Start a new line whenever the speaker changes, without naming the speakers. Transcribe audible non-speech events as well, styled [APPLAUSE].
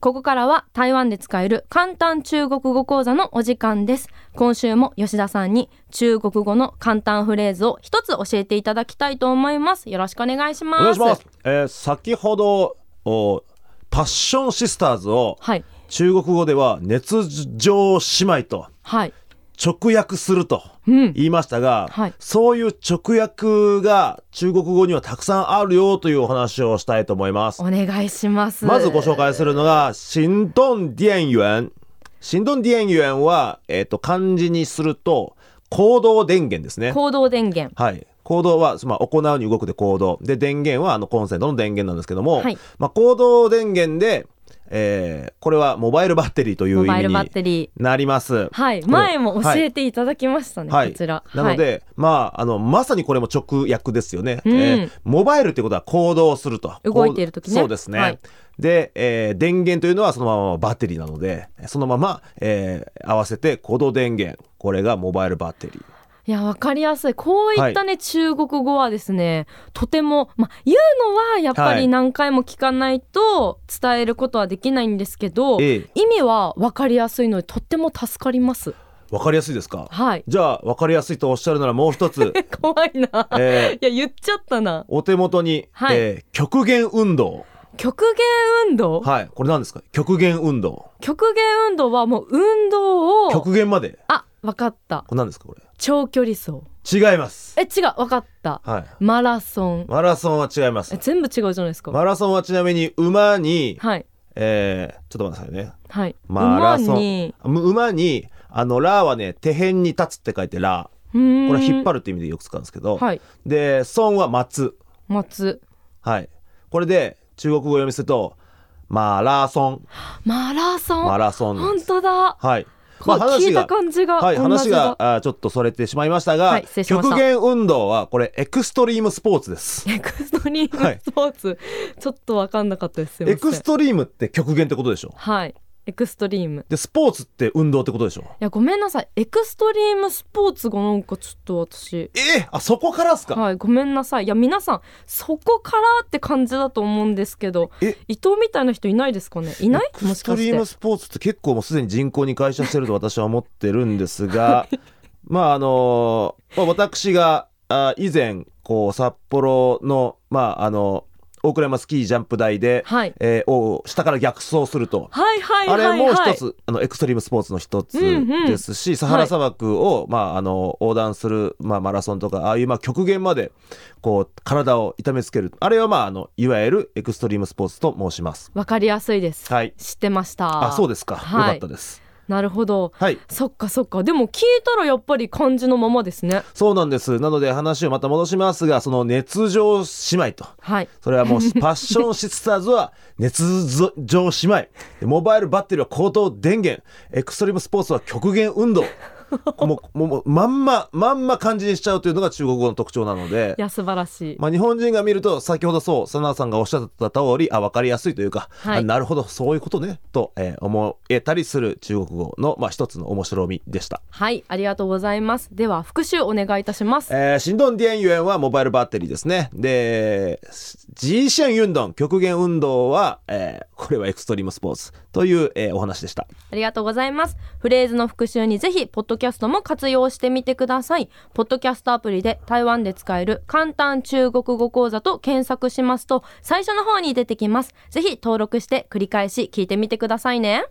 ここからは台湾で使える簡単中国語講座のお時間です。今週も吉田さんに中国語の簡単フレーズを一つ教えていただきたいと思います。よろしくお願いしま
お
す。
願いします。えー先ほどおパッションシスターズを
はい。
中国語では熱情姉妹と
はい。
直訳すると
うん。
言いましたが、
はい
そういう直訳が中国語にはたくさんあるよというお話をしたいと思います
お。願いします。
まずご紹介するのが、新動電源。新動電源は、えっ、と、漢字にすると、行動電源ですね。
行動電源。
はい。行動は、まあ、行うに動くで行動。で、電源は、あの、コンセントの電源なんですけども、
はい
まあ、行動電源で、えーこれはモバイルバッテリーという
モ
意
バイ
味
ルバッ
に
テリー。
なります。
はい。
これ
前も教
はい
えていただきましたね。
はい、
こちら。
なので、まああのまさにこれも直訳ですよね、
うん
モバイルってことは行動すると
動いている時ね
こうそうですね、
はい
で、えー電源というのはそのままバッテリーなのでそのまま、えー合わせて行動電源これがモバイルバッテリー
いや、わかりやすい。こういったね、中国語はですね、とても、まあ、言うのはやっぱ
は
り
い
何回も聞かないと伝えることはできないんですけど、
ええ
意味はわかりやすいので、とっても助かります。
わかりやすいですか
はい。 [LAUGHS]
じゃあわかりやすいとおっしゃるならもう一つ、
怖いな。
えー
いや、言っちゃったな。
お手元に、
はい
えー極限運動
極限運動、
はいこれ何ですか極限運動
極限運動はもう運動を、
極限まで
あ、わかった。
これ何ですかこれ
長距離走。
違います
え、違う、わかった。
はい
マラソン。
マラソンは違います
え全部違うじゃないですか。
マラソンはちなみに馬に、
はい。
えーちょっと待ってくださいね。
はい。
マラソン
馬に、
む馬に、あの、ラーはね、手辺に立つって書いてラ
これ
ー。これは引っ
張
張るって意味でよく使うんですけど。
はい。
で、孫は松。
待つ。
はい。これで、中国語読みすると、マラソン。
マラソン。
マラソンなん
本
です。
当だ。
はい。
こう聞いた感じが
はい、
同
話
じだ
が。あーちょっとそれてしまいましたが、
はい失礼しました
極限運動はこれエクストリームスポーツです。
エクストリー
は
ム
い
スポーツ、ちょっとわかんなかったです。すいませ
エ
ん
クストリームって極限ってことでしょ
はい。エクストリーム。
で、スポーツって運動ってことでしょ
いやごめんなさい。エクストリームスポーツがなんかちょっと私。
えーあ、そこからですか、
はいごめんなさいいや皆さんそこからって感じだと思うんですけど
え
伊藤みたいな人いないですかねいない
エ
も
ク
し
ス
か
ト
し
リー
て
ムスポーツって結構もうすでに人口に会社してると私は思ってるんです
[LAUGHS]
が、まああのまあ、私があ以前こう札幌の,、まあ、あの大倉山スキージャンプ台で、
はい
えーを下から逆走すると。
はいはい
あ
はい
れ
はい
も一つ、あのエクストリームスポーツの一つ
うんうん
ですし、サハラ砂漠を、まあ、あの横断する、まあ、マラソンとかああいう、まあ、極限までこう体を痛めつけるあれは、まあ、あのいわゆるエクストリームスポーツと申します。
わかりやすいです、
はい
知ってました
あそうですか、
はい
よかったです
なるほど
はい
そっかそっかでも聞いたらやっぱり漢字のままですね
そうなんですなので話をまた戻しますがその熱情姉妹と
はい
それはもうパッションシスターズは熱情姉妹でモバイルバッテリーは高等電源エクストリームスポーツは極限運動もうもうもうまんままんま漢字にしちゃうというのが中国語の特徴なので
いや素晴らしい、
まあ、日本人が見ると先ほどそうサナさんがおっしゃった通りあ分かりやすいというか、
はい
あなるほどそういうことねと、えー思えたりする中国語の、まあ、一つの面白みでした。
はいありがとうございますでは復習お願いいたします
えー、振動電源はモバイルバッテリーですね。で、自身運動、極限運動は、えーこれはエクストリームスポーツという、えーお話でした。
ありがとうございますフレーズの復習にぜひポッドキャストも活用してみてくださいポッドキャストアプリで台湾で使える簡単中国語講座と検索しますと最初の方に出てきますぜひ登録して繰り返し聞いてみてくださいね